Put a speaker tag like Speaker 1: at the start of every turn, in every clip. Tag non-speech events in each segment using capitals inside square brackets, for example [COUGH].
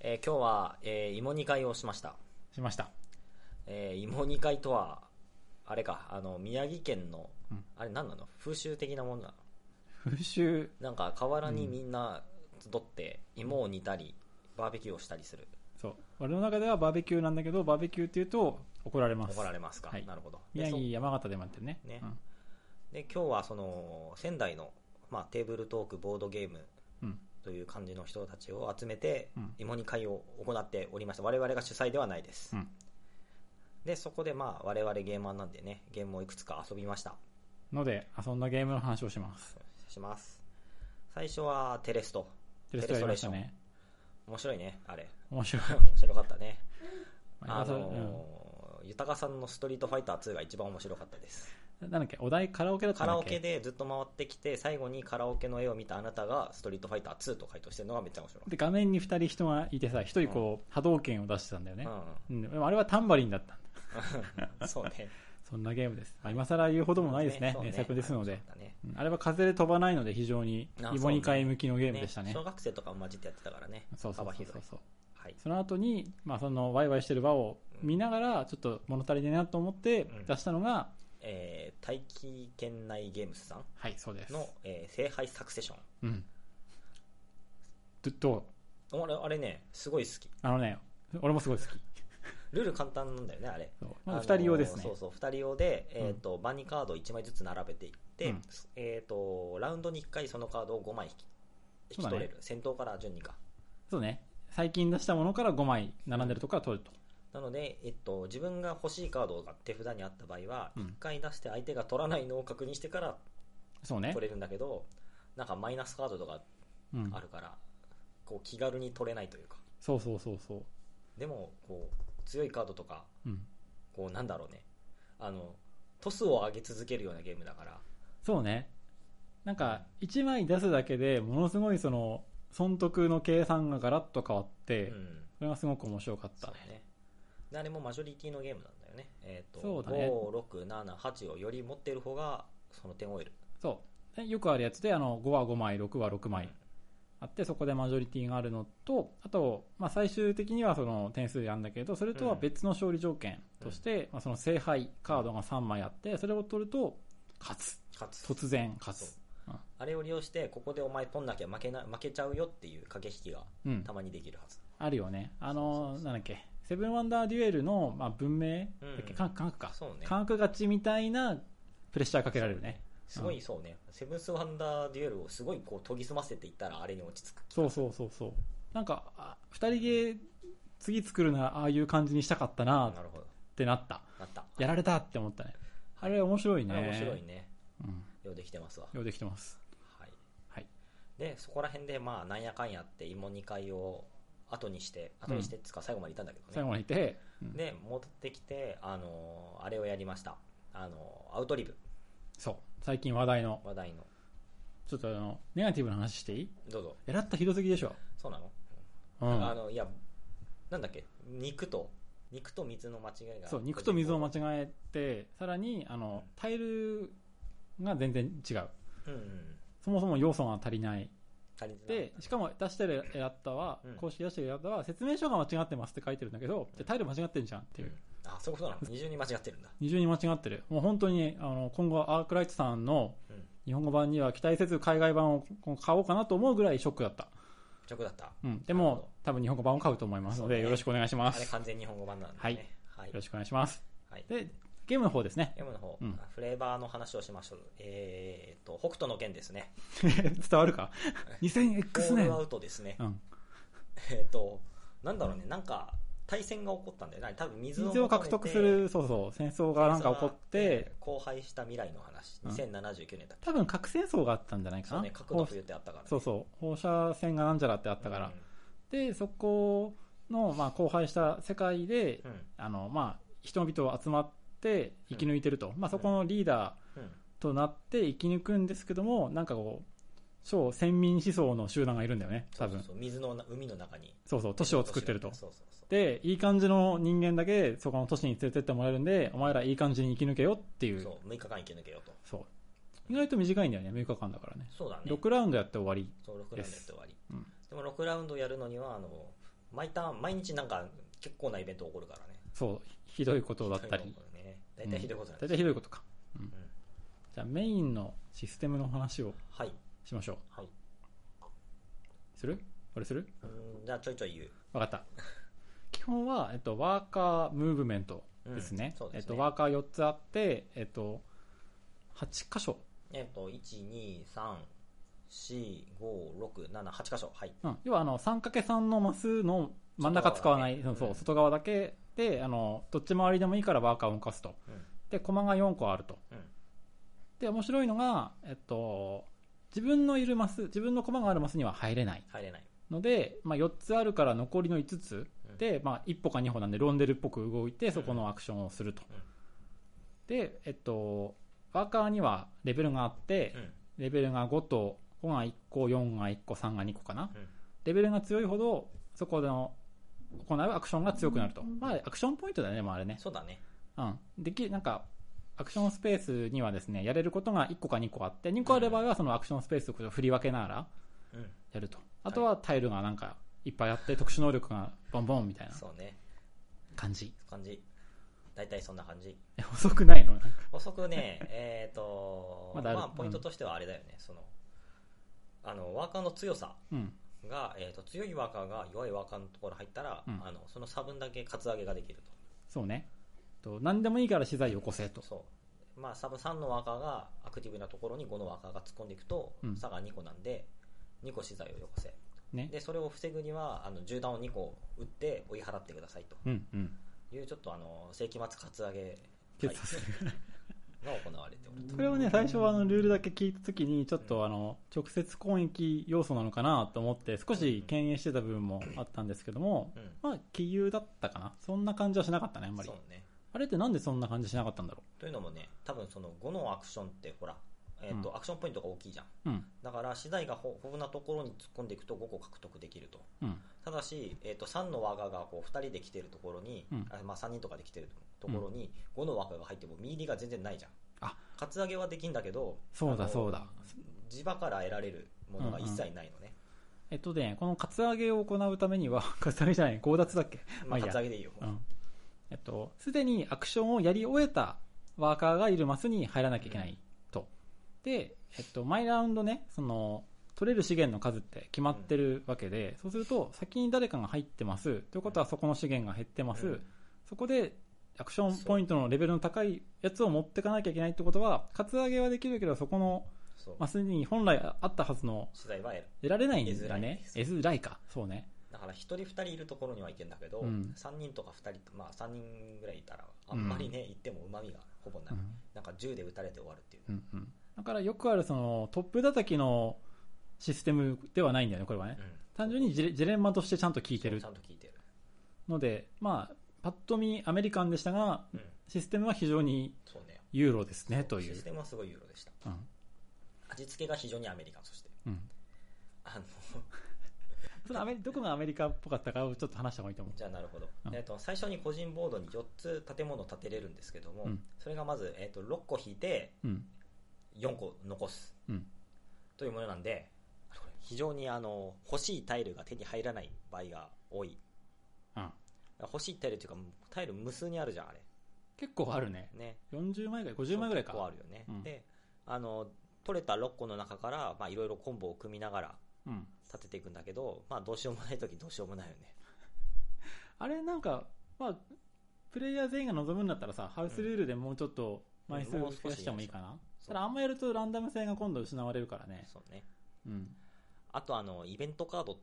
Speaker 1: えー今日は、えー、芋煮会をしました。
Speaker 2: しました。
Speaker 1: えー芋煮会とは、あれか、あの、宮城県の、
Speaker 2: うん
Speaker 1: あれ何なの風習的なものなの
Speaker 2: 風習、
Speaker 1: なんか河原にみんな集って、芋を煮たり、バーベキューをしたりする。
Speaker 2: そう。俺の中ではバーベキューなんだけど、バーベキューっていうと怒られます。
Speaker 1: 怒られますか、
Speaker 2: はい
Speaker 1: なるほど。で
Speaker 2: 宮
Speaker 1: そ
Speaker 2: 城、山形でもやってるね。
Speaker 1: ね
Speaker 2: うん
Speaker 1: で今日はその、仙台の、まあ、テーブルトーク、ボードゲーム
Speaker 2: うん。
Speaker 1: という感じの人たちを集めて
Speaker 2: うん、
Speaker 1: 芋煮会を行っておりました。我々が主催ではないです。
Speaker 2: うん。
Speaker 1: で、そこでまあ、我々ゲーマーなんでね、ゲームをいくつか遊びました。
Speaker 2: ので、遊んだゲームの話をします。
Speaker 1: します。最初はテレスト。
Speaker 2: テレストやりましたね。
Speaker 1: 面白いね、あ
Speaker 2: [LAUGHS]
Speaker 1: れ。
Speaker 2: 面白い。
Speaker 1: 面白かったね。あ
Speaker 2: うん
Speaker 1: のー、豊さんのストリートファイター2が一番面白かったです。
Speaker 2: なんだっけ、お題カラオケだった
Speaker 1: カ
Speaker 2: んだ
Speaker 1: ラ
Speaker 2: っ
Speaker 1: オ
Speaker 2: け
Speaker 1: ケでずっと回ってきて、最後にカラオケの絵を見たあなたがストリートファイター2と回答してるのがめっちゃ面白かっ
Speaker 2: で、画面に二人人がいてさ、一人こう、波動拳を出してたんだよね。
Speaker 1: た。
Speaker 2: うん。でもあれはタンバリンだったんだ。
Speaker 1: うん。 [LAUGHS] そうね。
Speaker 2: そんなゲームです。まあ今更言うほどもないですね。
Speaker 1: そう
Speaker 2: 名作ですので。
Speaker 1: あれ面白かったね
Speaker 2: うんあれは風で飛ばないので非常に
Speaker 1: あ
Speaker 2: 芋煮会向きのゲーム
Speaker 1: ね
Speaker 2: でしたね。
Speaker 1: 小学生とかも混じってやってたからね。
Speaker 2: そうそう
Speaker 1: 幅
Speaker 2: そう
Speaker 1: 広
Speaker 2: そ。
Speaker 1: いう
Speaker 2: そう。
Speaker 1: はい。
Speaker 2: その後に、まあ、そのワイワイしてる場を見ながら、ちょっと物足りないなと思って
Speaker 1: うん
Speaker 2: 出したのが、
Speaker 1: えー大気圏内ゲームスさん
Speaker 2: はい、そうです。
Speaker 1: の、えー聖杯サクセション。
Speaker 2: うん。どどう
Speaker 1: 俺、あれね、すごい好き。
Speaker 2: あのね、俺もすごい好き。
Speaker 1: ルール簡単なんだよね、あれ。
Speaker 2: そう
Speaker 1: あ
Speaker 2: まあ、
Speaker 1: の
Speaker 2: 2人用ですね。
Speaker 1: そうそう、2人用で、えーとバニーカードを1枚ずつ並べていって、
Speaker 2: うん
Speaker 1: えー、とラウンドに1回そのカードを5枚引き引き取れる、先頭から順にか。
Speaker 2: そうね。最近出したものから5枚並んでるとこから取ると。
Speaker 1: なので、えっと、自分が欲しいカードが手札にあった場合は、
Speaker 2: うん
Speaker 1: 1回出して相手が取らないのを確認してから
Speaker 2: そうね
Speaker 1: 取。れるんだけど、なんかマイナスカードとか
Speaker 2: うん
Speaker 1: あ。るから、こう気軽に取れないというか、
Speaker 2: そうそうそうそ
Speaker 1: でもこう強いカードとか、
Speaker 2: う。うん。
Speaker 1: こうなんだろうねあの、トスを上げ続けるようなゲームだから、
Speaker 2: そうね。なんか、1枚出すだけでものすごいその、損得の計算がガラッと変わって、
Speaker 1: うん、
Speaker 2: それがすごく面白かった
Speaker 1: そう。ねであれもマジョリティのゲームなんだよね、えー、
Speaker 2: そ
Speaker 1: と
Speaker 2: うだね
Speaker 1: 5678をより持ってる方がその点を得る
Speaker 2: そうでよくあるやつであの5は5枚6は6
Speaker 1: う
Speaker 2: 枚
Speaker 1: ん
Speaker 2: あってそこでマジョリティがあるのとあと、まあ、最終的にはその点数やんだけどそれとは別の勝利条件として、まあ、その聖杯カードが3枚あってそれを取ると勝つ
Speaker 1: 勝つ
Speaker 2: 突然勝
Speaker 1: そう
Speaker 2: つ
Speaker 1: あれを利用してここでお前取んなきゃ負けな負けちゃうよっていう駆け引きが
Speaker 2: うん
Speaker 1: たまにできるはず、
Speaker 2: あるよねあの
Speaker 1: そうそうそう
Speaker 2: なんだっけセブンワンダーデュエルの、まあ、文明だっけ、
Speaker 1: うん
Speaker 2: 科科学か
Speaker 1: そうね
Speaker 2: 科学勝ちみたいなプレッシャーかけられるね
Speaker 1: すごいそうね、セブンスワンダーデュエルをすごいこう研ぎ澄ませていったらあれに落ち着く
Speaker 2: そうそうそうそうなんかあ2人で次作るならああいう感じにしたかったな
Speaker 1: なるほど
Speaker 2: ってなった
Speaker 1: なった
Speaker 2: やられたって思ったねあれ面白いね
Speaker 1: あれ面白いね
Speaker 2: うん、
Speaker 1: ようできてますわ、
Speaker 2: ようできてます
Speaker 1: はい
Speaker 2: はい
Speaker 1: でそこら辺でまあなんやかんやって芋2回を後にして後にしてっつうか最後までいたんだけどね、
Speaker 2: 最後までいて、うん
Speaker 1: で戻ってきて、あのーあれをやりました、あのーアウトリブ
Speaker 2: そう最近話題の
Speaker 1: 話題の
Speaker 2: ちょっとあのネガティブな話していい
Speaker 1: どうぞ
Speaker 2: やらったひどすぎでしょ、
Speaker 1: そうなの、
Speaker 2: う
Speaker 1: あ
Speaker 2: ん、
Speaker 1: のいやなんだっけ肉と肉と水の間違いが
Speaker 2: そう肉と水を間違
Speaker 1: 違
Speaker 2: えてさらにあのタイルが全然違う
Speaker 1: うん、うん、
Speaker 2: そもそも要素が足りない
Speaker 1: 足りず
Speaker 2: でしかも出してるやったは、
Speaker 1: うん
Speaker 2: 公式出してるやったは説明書が間違ってますって書いてるんだけどじゃあタイル間違ってんじゃんっていう、
Speaker 1: あそういうことなの二重に間違ってるんだ
Speaker 2: 二重に間違ってるもう本当にあの今後アークライトさんの
Speaker 1: うん
Speaker 2: 日本語版には期待せず海外版を買おうかなと思うぐらいショックだった、
Speaker 1: 直だった
Speaker 2: うん、で
Speaker 1: なるほど
Speaker 2: も多分日本語版を買うと思いますの
Speaker 1: そう
Speaker 2: で
Speaker 1: ね
Speaker 2: よろしくお願いしま
Speaker 1: あれ
Speaker 2: すよ
Speaker 1: 完全日本語版なんだねはい、は
Speaker 2: ろ
Speaker 1: い
Speaker 2: しくお願いします
Speaker 1: はい、
Speaker 2: でゲームの方ですね [LAUGHS]
Speaker 1: ゲームの方、
Speaker 2: うん
Speaker 1: フレーバーの話をしましょうえー、っと北斗の剣ですね
Speaker 2: 伝わる
Speaker 1: [LAUGHS]
Speaker 2: か
Speaker 1: オ
Speaker 2: 2000X
Speaker 1: ー
Speaker 2: 年
Speaker 1: ルアウトですね
Speaker 2: うん
Speaker 1: えーっとなんだろうねなんか対戦が起こったんだよね多分水を
Speaker 2: 水を獲得するそうそう戦争がなんか起こって
Speaker 1: 荒廃した未来の話
Speaker 2: うん
Speaker 1: 2079年だっけ
Speaker 2: 多分核戦争があったんじゃないか
Speaker 1: そう
Speaker 2: な、
Speaker 1: ね核の冬ってあったから、ね、
Speaker 2: そうそう放射線がなんちゃらってあったから、でそこの、まあ、荒廃した世界で
Speaker 1: うん、うん
Speaker 2: あのまあ、人々集まって生き抜いてると、まあ、そこのリーダ
Speaker 1: うん
Speaker 2: ーとなって生き抜くんですけども、なんかこう、超先民思想の集団がいるんだよね、多分
Speaker 1: そうそうそう水のな海の中に
Speaker 2: そうそう、都市を作ってると。
Speaker 1: そうそうそう
Speaker 2: で、いい感じの人間だけ、そこの都市に連れてってもらえるんで、お前らいい感じに生き抜けよっていう、
Speaker 1: そう6日間生き抜けようと
Speaker 2: そう。意外と短いんだよね、6日間だからね。
Speaker 1: そうだね
Speaker 2: 6ラウンドやって終わり。
Speaker 1: そう6ラウンドやって終わり、
Speaker 2: うん
Speaker 1: でも6ラウンドやるのにはあの毎ターン、毎日なんか結構なイベント起こるからね。
Speaker 2: そう、ひどいことだった
Speaker 1: ひどい。
Speaker 2: り
Speaker 1: ことね。大体ひどいことなん
Speaker 2: 大
Speaker 1: です
Speaker 2: 体
Speaker 1: よ
Speaker 2: ひどいことか。うん
Speaker 1: ん
Speaker 2: じゃあメインのシステムの話を
Speaker 1: はい。
Speaker 2: しましょう。
Speaker 1: はい。
Speaker 2: する俺する
Speaker 1: うんじゃあちょいちょい言う。[LAUGHS]
Speaker 2: わかった。基本は、えっと、ワーカームーブメントですね
Speaker 1: うん。そう
Speaker 2: え
Speaker 1: で
Speaker 2: っ
Speaker 1: すね
Speaker 2: と、ワーカー4つあって、えっと、8箇所。
Speaker 1: えっと、1、2、3、4、5、6、7、8箇所。はい。
Speaker 2: うん。要は、あの、3×3 のマスの真ん中使わない、
Speaker 1: 外側だね
Speaker 2: そうそう
Speaker 1: うん
Speaker 2: 外側だけで、あの、どっち回りでもいいからワーカーを動かすと。
Speaker 1: うん
Speaker 2: で、コマが4個あると。
Speaker 1: うん
Speaker 2: で、面白いのが、えっと、自分のいるマス、自分のコマがあるマスには入れない。
Speaker 1: 入れない。
Speaker 2: ので、まあ、4つあるから残りの5つ
Speaker 1: うん
Speaker 2: で、まあ、1歩か2歩なんでロンデルっぽく動いてそこのアクションをすると、
Speaker 1: うん
Speaker 2: で、えっと、ワーカーにはレベルがあって、
Speaker 1: うん。
Speaker 2: レベルが5と5が1個4が1個3が2個かな、
Speaker 1: うん
Speaker 2: レベルが強いほどそこでの行うアクションが強くなると、まあ、アクションポイントだよね、まあ、あれね、
Speaker 1: そうだね。
Speaker 2: うん、できなんかアクションスペースにはですねやれることが1個か2個あって2個ある場合はそのアクションスペースを振り分けながら
Speaker 1: うん。
Speaker 2: やるとあとはタイルがなんかいっぱいあって特殊能力がボンボンみたいな
Speaker 1: そうね。
Speaker 2: 感じ [LAUGHS]
Speaker 1: 感じ。大体そんな感じ。
Speaker 2: え遅くないのなんか
Speaker 1: 遅くね、 [LAUGHS] えっと、
Speaker 2: まだある
Speaker 1: まあ、ポイントとしてはあれだよね。その、あの、ワーカーの強さ
Speaker 2: うん
Speaker 1: が、えっと、強いワーカーが弱いワーカーのところ入ったら、
Speaker 2: うん
Speaker 1: あの、その差分だけカツアゲができる
Speaker 2: そうねと何でもいいから資材よこせ
Speaker 1: と。
Speaker 2: と
Speaker 1: そう。まあ、サブ3のワーカーがアクティブなところに5のワーカーが突っ込んでいくと、
Speaker 2: うん
Speaker 1: 差が2個なんで、2個資材をよこせ。
Speaker 2: ね
Speaker 1: でそれを防ぐにはあの銃弾を2個撃って追い払ってください
Speaker 2: うんうん
Speaker 1: というちょっとあの世紀末カツアゲ
Speaker 2: 決断する
Speaker 1: が行われておると
Speaker 2: これをね最初はあのルールだけ聞いた時にちょっとあの直接攻撃要素なのかなと思って少し敬遠してた部分もあったんですけども
Speaker 1: うん
Speaker 2: まあ杞憂だったかなそんな感じはしなかったねあんまり
Speaker 1: そうね
Speaker 2: あれってなんでそんな感じしなかったんだろ
Speaker 1: というのもね多分その5のアクションってほら、えーと
Speaker 2: うん
Speaker 1: アクションポイントが大きいじゃん
Speaker 2: ううん
Speaker 1: だから資材がほ豊富なところに突っ込んでいくと5個獲得できると
Speaker 2: うん
Speaker 1: ただし、えー、と3のワーカーがこう2人で来てるところに、
Speaker 2: うん
Speaker 1: あまあ、3人とかで来てるところに5のワーカーが入っても身入りが全然ないじゃん
Speaker 2: あ
Speaker 1: カツアゲはできんだけど
Speaker 2: そう
Speaker 1: あ
Speaker 2: だ
Speaker 1: の
Speaker 2: そうだ
Speaker 1: 磁場から得られるものが一切ないのね、
Speaker 2: えっとね、このカツアゲを行うためには、 [LAUGHS] カツアゲじゃない、強奪だっけ
Speaker 1: ま
Speaker 2: まあ
Speaker 1: あ、
Speaker 2: いいや
Speaker 1: カツアゲでいいよ、
Speaker 2: うん。えっと、すでにアクションをやり終えたワーカーがいるマスに入らなきゃいけないと。で、えっと、毎ラウンドね、その、取れる資源の数って決まってるわけで、そうすると、先に誰かが入ってます。ということは、そこの資源が減ってます。
Speaker 1: うん
Speaker 2: そこで、アクションポイントのレベルの高いやつを持ってかなきゃいけないってことは、カツアゲはできるけど、そこの
Speaker 1: そう
Speaker 2: マスに本来あったはずの
Speaker 1: 資材は得る
Speaker 2: 得られないんだね。
Speaker 1: 得
Speaker 2: 得づらいか。そうね。
Speaker 1: だから1人2人いるところには行けんだけど、
Speaker 2: うん
Speaker 1: 3人とか2人とまあ3人ぐらいいたらあんまりね、行ってもうまみがほぼない、
Speaker 2: うん
Speaker 1: なんか銃で撃たれて終わるっていう
Speaker 2: うんうん、だからよくあるそのトップ叩きのシステムではないんだよね、これはね。単純にジレジレンマとしてちゃんと聞
Speaker 1: 聞
Speaker 2: いてる
Speaker 1: ちゃんと聞いてる、
Speaker 2: ので、まあ、パッと見アメリカンでしたが、
Speaker 1: うん、
Speaker 2: システムは非常に
Speaker 1: そうね
Speaker 2: ユーロですね、とい
Speaker 1: シス
Speaker 2: う。
Speaker 1: テムはすごいユーロでした
Speaker 2: うん
Speaker 1: 味付けが非常にアメリカンそして
Speaker 2: うん、
Speaker 1: あの [LAUGHS]
Speaker 2: そのアメリどこがアメリカっぽかったかをちょっと話した方がいいと思う。
Speaker 1: じゃあなるほど、
Speaker 2: うん
Speaker 1: えっと最初に個人ボードに4つ建物を建てれるんですけども、
Speaker 2: うん
Speaker 1: それがまず、えっと6個引いて
Speaker 2: うん
Speaker 1: 4個残す、
Speaker 2: うん
Speaker 1: というものなんでこれ非常にあの欲しいタイルが手に入らない場合が多い
Speaker 2: うん、
Speaker 1: 欲しいタイルっていうかタイル無数にあるじゃんあれ
Speaker 2: 結構あるね。
Speaker 1: ね
Speaker 2: 40枚ぐらい、50枚ぐらいか。
Speaker 1: 結構あるよね、
Speaker 2: うん
Speaker 1: であの取れた6個の中からまあいろいろコンボを組みながら
Speaker 2: うん、
Speaker 1: 立てていくんだけど、まあ、どうしようもない時どうしようもないよね
Speaker 2: あれなんか、まあ、プレイヤー全員が望むんだったらさ、ハウスルールでもうちょっと枚数
Speaker 1: うんもう少し
Speaker 2: 増やしてもいいかな。
Speaker 1: そう
Speaker 2: ただあんまやるとランダム性が今度失われるからね。
Speaker 1: そうね
Speaker 2: うん。
Speaker 1: あとあのイベントカード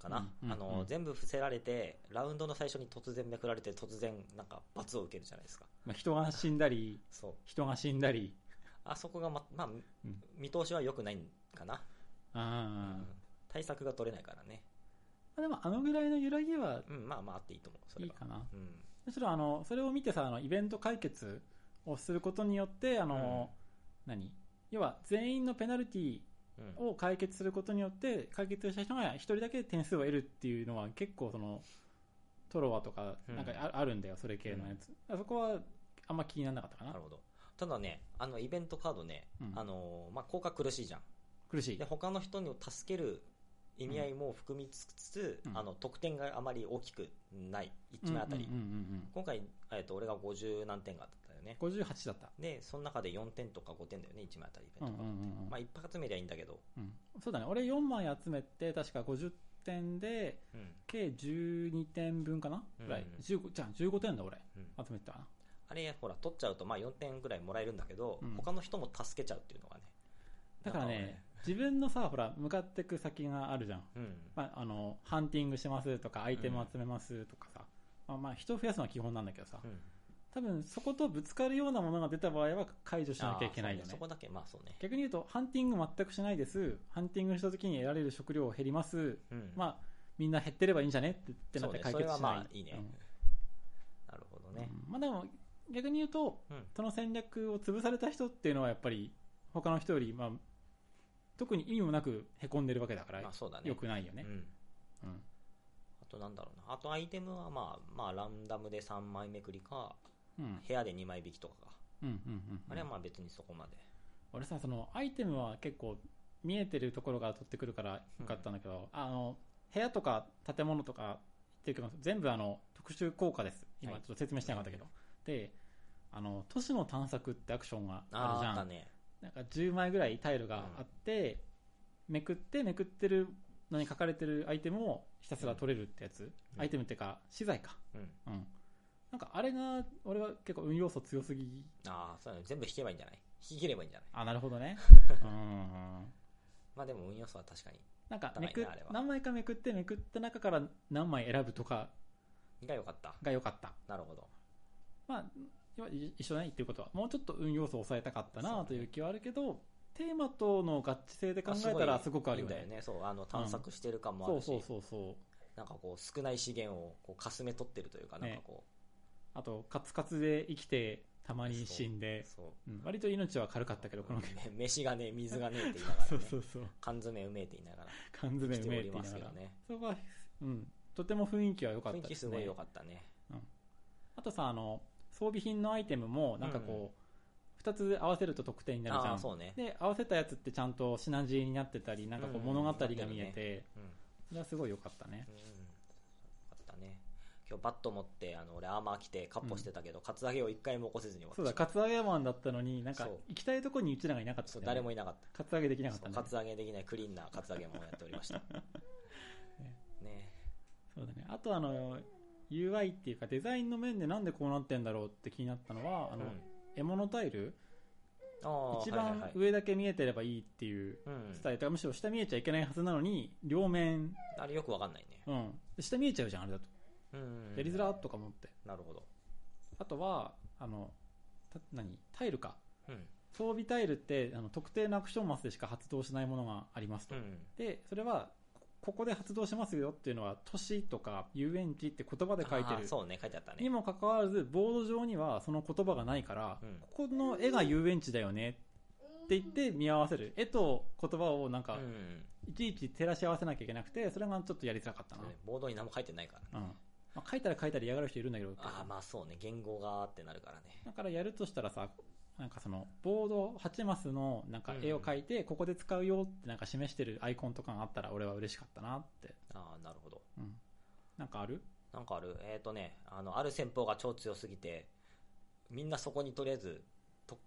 Speaker 1: かな、
Speaker 2: うんうん
Speaker 1: あの
Speaker 2: うん
Speaker 1: 全部伏せられてラウンドの最初に突然めくられて突然なんか罰を受けるじゃないですか
Speaker 2: まあ、人が死んだり、
Speaker 1: そう
Speaker 2: 人が死んだり、
Speaker 1: あそこがま、まあ
Speaker 2: うん
Speaker 1: 見通しは良くないんかな、
Speaker 2: あ
Speaker 1: うん対策が取れないからね
Speaker 2: あでもあのぐらいの揺らぎは
Speaker 1: うんまあまああっていいと思うそ
Speaker 2: い
Speaker 1: れ
Speaker 2: い
Speaker 1: は
Speaker 2: かな。
Speaker 1: うん
Speaker 2: むしろあの、それを見てさ、あのイベント解決をすることによって、あの、何要は全員のペナルティ
Speaker 1: うん
Speaker 2: を解決することによって、解決した人が一人だけ点数を得るっていうのは結構その、トロワとか、
Speaker 1: うん
Speaker 2: なんかああるんだよ、それ系のやつ。あそこはあんま気にならなかったかな
Speaker 1: なる。ほど。ただね、あのイベントカードね、
Speaker 2: うん
Speaker 1: あのーまあ、効果苦しいじゃん。
Speaker 2: 苦しい
Speaker 1: で、。他の人を助ける意味合いも含みつつ、
Speaker 2: うん
Speaker 1: あの得点があまり大きくない1枚あたり、
Speaker 2: うんうんうん
Speaker 1: 今回、えっと俺が50何点かだったよね
Speaker 2: うん、58だった。
Speaker 1: でその中で4点とか5点だよね1枚あたりイベ
Speaker 2: うんう
Speaker 1: ン
Speaker 2: ん
Speaker 1: ト
Speaker 2: う
Speaker 1: が、
Speaker 2: んうん
Speaker 1: まあ、一発目ではいいんだけど、
Speaker 2: うんそうだね、俺4枚集めて、確か50点で、
Speaker 1: うん
Speaker 2: 計12点分かな
Speaker 1: うん
Speaker 2: ぐらい。15、じゃあ15点だ俺。
Speaker 1: うん
Speaker 2: 集めてたかな。
Speaker 1: あれほら取っちゃうとまあ4点ぐらいもらえるんだけど、
Speaker 2: うん
Speaker 1: 他の人も助けちゃうっていうのがね
Speaker 2: だからね、自分のさ、ほら、向かってく先があるじゃん。
Speaker 1: なんかね
Speaker 2: まあ、あの、ハンティングしますとか、アイテム集めますとかさ。まあ、まあ、人を増やすのは基本なんだけどさ
Speaker 1: う。ん、うん、
Speaker 2: 多分、そことぶつかるようなものが出た場合は解除しなきゃいけないよ
Speaker 1: あーそう
Speaker 2: ね
Speaker 1: そ。こだけまあそうね、
Speaker 2: 逆に言うと、ハンティング全くしないです。ハンティングした時に得られる食料減ります。
Speaker 1: うん、あ
Speaker 2: まあ、みんな減ってればいいんじゃねってってなって解決しな
Speaker 1: そ
Speaker 2: い。
Speaker 1: うねそれはまあいいね
Speaker 2: うん
Speaker 1: なるほどね、
Speaker 2: うんまあでも、逆に言うと、
Speaker 1: うん
Speaker 2: その戦略を潰された人っていうのはやっぱり、他の人より、まあ、特に意味もなく凹んでるわけだから、
Speaker 1: まあそうだね
Speaker 2: よくないよね
Speaker 1: う。ん、
Speaker 2: うん
Speaker 1: あとなんだろうなあとアイテムはまあまあランダムで3枚めくりか
Speaker 2: うん。うん。
Speaker 1: 部屋で2枚引きとかか
Speaker 2: うん。うん。
Speaker 1: あれはまあ別にそこまで
Speaker 2: 俺さ、その、アイテムは結構、見えてるところから取ってくるからよかったんだけど、あの、部屋とか建物とか言ってるけど、全部あの、特殊効果です。今ち
Speaker 1: は
Speaker 2: ょ
Speaker 1: い
Speaker 2: っと説明してなかったけど。で、あの、都市の探索ってアクションがある
Speaker 1: あ
Speaker 2: じ
Speaker 1: ー
Speaker 2: ゃ
Speaker 1: あ
Speaker 2: ん。
Speaker 1: ったね
Speaker 2: なんか10枚ぐらいタイルがあって、めくってめくってるのに書かれてるアイテムをひたすら取れるってやつ、
Speaker 1: うん
Speaker 2: アイテムっていうか資材か
Speaker 1: うん
Speaker 2: うんなんかあれが俺は結構運要素強すぎ
Speaker 1: ああそうだね全部引けばいいんじゃない引き切ればいいんじゃない
Speaker 2: あなるほどねうん
Speaker 1: まあでも運要素は確かに
Speaker 2: なんかめくっ
Speaker 1: 高いねあれは
Speaker 2: 何枚かめくってめくった中から何枚選ぶとか
Speaker 1: が良かった
Speaker 2: が良かった
Speaker 1: なるほど
Speaker 2: まあ要はい一緒ないっていうことはもうちょっと運要素を抑えたかった
Speaker 1: そう
Speaker 2: な
Speaker 1: ね
Speaker 2: という気はあるけど、テーマとの合致性で考えたらすごくあるよね
Speaker 1: いいんだよねそうあの探索してる感もあ
Speaker 2: そ
Speaker 1: る
Speaker 2: う
Speaker 1: し、
Speaker 2: そうそうそう
Speaker 1: なんかこう少ない資源をこうかすめ取ってるというかなんかこ
Speaker 2: あと、カツカツで生きて、たまに死ん
Speaker 1: う、
Speaker 2: で、
Speaker 1: そう
Speaker 2: うん割と命は軽かったけど、このゲーム。
Speaker 1: め [LAUGHS] 飯がねえ水がねえって言いながら、ね、
Speaker 2: [LAUGHS] そうそうそう。
Speaker 1: 缶詰うめえって言いながら
Speaker 2: 缶詰
Speaker 1: 来て
Speaker 2: うめえ
Speaker 1: お
Speaker 2: って
Speaker 1: り
Speaker 2: 言い
Speaker 1: ま
Speaker 2: な
Speaker 1: す
Speaker 2: が
Speaker 1: けど
Speaker 2: ら。
Speaker 1: ね
Speaker 2: そこは、うん、とても雰囲気は良かっ
Speaker 1: 雰囲
Speaker 2: たで
Speaker 1: 気
Speaker 2: す
Speaker 1: す
Speaker 2: ね。
Speaker 1: ごい良かったね
Speaker 2: あとさ、あの、装備品のアイテムも、なんかこう、2つ合わせると得点になるじ
Speaker 1: あ
Speaker 2: ゃ
Speaker 1: あ
Speaker 2: ん。
Speaker 1: そうね、
Speaker 2: で、合わせたやつってちゃんとシナジーになってたり、なんかこ
Speaker 1: う
Speaker 2: う
Speaker 1: ん
Speaker 2: 物語が見えて、
Speaker 1: うんうん、
Speaker 2: それはすごい良かったね。
Speaker 1: あったね今日バット持ってあの俺アーマー着てカッポしてたけど、カツアゲを一回も起こせずに終わ
Speaker 2: そうだ、
Speaker 1: ってしま
Speaker 2: カツアゲマンだったのに、なんか
Speaker 1: そう、
Speaker 2: 行きたいとこにうちらがいなかっ
Speaker 1: う
Speaker 2: た
Speaker 1: そ
Speaker 2: ん
Speaker 1: う
Speaker 2: だよね
Speaker 1: 誰もいなかった
Speaker 2: カツアゲできなかった
Speaker 1: そ
Speaker 2: ん
Speaker 1: う
Speaker 2: だ
Speaker 1: カ
Speaker 2: ね
Speaker 1: ツアゲできないクリーンなカツアゲもやっており
Speaker 2: [LAUGHS]
Speaker 1: ましたね
Speaker 2: そうだね。あとあの、UI っていうかデザインの面でなんでこうなってんだろうって気になったのは、あの、獲物タイル
Speaker 1: ああ
Speaker 2: 一
Speaker 1: はいはいは
Speaker 2: 番
Speaker 1: い
Speaker 2: 上だけ見えてればいいっていう
Speaker 1: うん
Speaker 2: スタイル、とかむしろ下見えちゃいけないはずなのに、両面、
Speaker 1: あれよくわかんないね
Speaker 2: うん。下見えちゃうじゃん、あれだと。
Speaker 1: うん
Speaker 2: やりづらーっとか思って。
Speaker 1: なるほど
Speaker 2: あとは、あの、た何タイルか。
Speaker 1: うん
Speaker 2: 装備タイルって、あの、特定のアクションマスでしか発動しないものがありますと。
Speaker 1: うん
Speaker 2: で、それは、ここで発動しますよっていうのは、都市とか遊園地って言葉で書いて
Speaker 1: あ
Speaker 2: る
Speaker 1: ーそうね書いてあったね
Speaker 2: にもかかわらず、ボード上にはその言葉がないから、
Speaker 1: うん
Speaker 2: ここの絵が遊園地だよねって言って見合わせる。絵と言葉をなん
Speaker 1: う
Speaker 2: か、
Speaker 1: ん
Speaker 2: いちいち照らし合わせなきゃいけなくて、それがちょっとやりづらかったな。
Speaker 1: そううねボードに何も書いてないからね
Speaker 2: ん。まあ、書いたら書いたら嫌がる人いるんだけど、
Speaker 1: ああまあそうね言語がーってなるからね
Speaker 2: だからやるとしたらさ、なんかその、ボード8マスのなんか絵を描いて、ここで使うよってなんか示してるアイコンとかがあったら俺は嬉しかったなって。
Speaker 1: ああなるほど
Speaker 2: うん。なんかある
Speaker 1: なんかあるえっ、とねあのある戦法が超強すぎてみんなそこにとりあえずと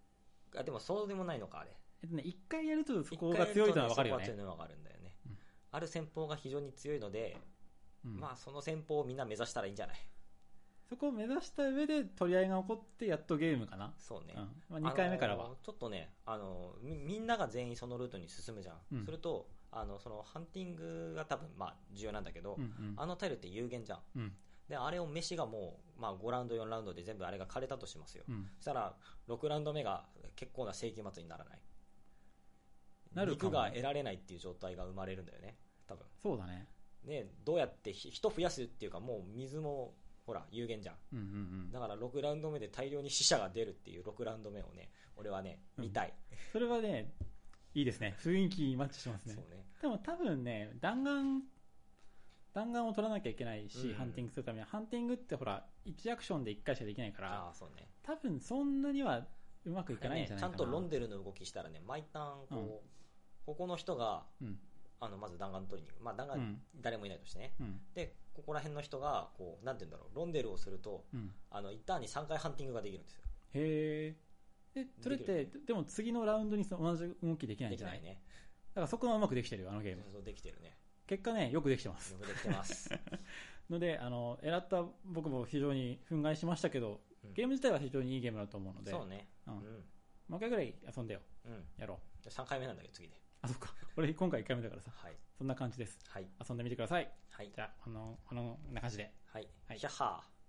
Speaker 1: あでもそうでもないのかあれ
Speaker 2: えっとね、一回やるとそこ
Speaker 1: 一回
Speaker 2: が
Speaker 1: やる
Speaker 2: 強い
Speaker 1: と
Speaker 2: のはわかる
Speaker 1: そ
Speaker 2: よ
Speaker 1: こ
Speaker 2: ね
Speaker 1: が。強いのはわかるんだよね、
Speaker 2: うん
Speaker 1: ある戦法が非常に強いので、
Speaker 2: うん
Speaker 1: まあその戦法をみんな目指したらいいんじゃない
Speaker 2: そこを目指した上で取り合いが起こってやっとゲームかな、
Speaker 1: そうね、
Speaker 2: うんまあ、2回目からは、
Speaker 1: あのちょっとねあのみみんなが全員そのルートに進むじゃん、
Speaker 2: うん
Speaker 1: するとあのそのハンティングが多分まあ重要なんだけど、
Speaker 2: うんうん
Speaker 1: あのタイルって有限じゃん
Speaker 2: うん
Speaker 1: であれを飯がもう、まあ、5ラウンド4ラウンドで全部あれが枯れたとしますよ、
Speaker 2: うん
Speaker 1: そしたら6ラウンド目が結構な世紀末にならない
Speaker 2: なるか
Speaker 1: 肉
Speaker 2: も
Speaker 1: が得られないっていう状態が生まれるんだよね多分
Speaker 2: そうだね、
Speaker 1: でどうやってひ人増やすっていうかもう水もほら有限じゃん
Speaker 2: うんうんうん、
Speaker 1: だから6ラウンド目で大量に死者が出るっていう6ラウンド目をね俺はね
Speaker 2: うん
Speaker 1: 見たい、
Speaker 2: それはねいいですね雰囲気にマッチしますね
Speaker 1: そうね
Speaker 2: でも多分ね弾丸弾丸を取らなきゃいけないし、
Speaker 1: うん
Speaker 2: ハンティングするためにはハンティングってほら1アクションで1回しかできないから
Speaker 1: ああそうね
Speaker 2: 多分そんなにはうまくいかないんじゃない
Speaker 1: ち
Speaker 2: か
Speaker 1: ゃ
Speaker 2: な、
Speaker 1: んとロンデルの動きしたらね毎ターンこう、ここの人が
Speaker 2: うん
Speaker 1: あのまず弾丸取りに行く、まあ、弾
Speaker 2: う
Speaker 1: 丸
Speaker 2: ん
Speaker 1: 誰もいないとしてね、
Speaker 2: うん
Speaker 1: でここら辺の人がこうなんて言うんだろうロンデルをすると
Speaker 2: うん
Speaker 1: あの一旦に3回ハンティングができるんですよ
Speaker 2: へえでそれってでも次のラウンドにその同じ動きできないん
Speaker 1: で
Speaker 2: じ
Speaker 1: き
Speaker 2: ゃな
Speaker 1: ないいね
Speaker 2: だからそこがうまくできてるよあのゲーム
Speaker 1: そうそうできてるね
Speaker 2: 結果ねよくできてます
Speaker 1: よくできてます、
Speaker 2: のであの選った僕も非常に憤慨しましたけど
Speaker 1: うん
Speaker 2: ゲーム自体は非常にいいゲームだと思うので
Speaker 1: そうね
Speaker 2: う
Speaker 1: うんん、
Speaker 2: もう一回ぐらい遊んでよ
Speaker 1: うん、
Speaker 2: やろう
Speaker 1: 3回目なんだけど次で
Speaker 2: あそっか俺今回1回目だからさ
Speaker 1: はい
Speaker 2: そんな感じです
Speaker 1: はい
Speaker 2: 遊んでみてください
Speaker 1: はい
Speaker 2: じゃあこのこのこんな感じで
Speaker 1: はい
Speaker 2: はい
Speaker 1: ヒャッハー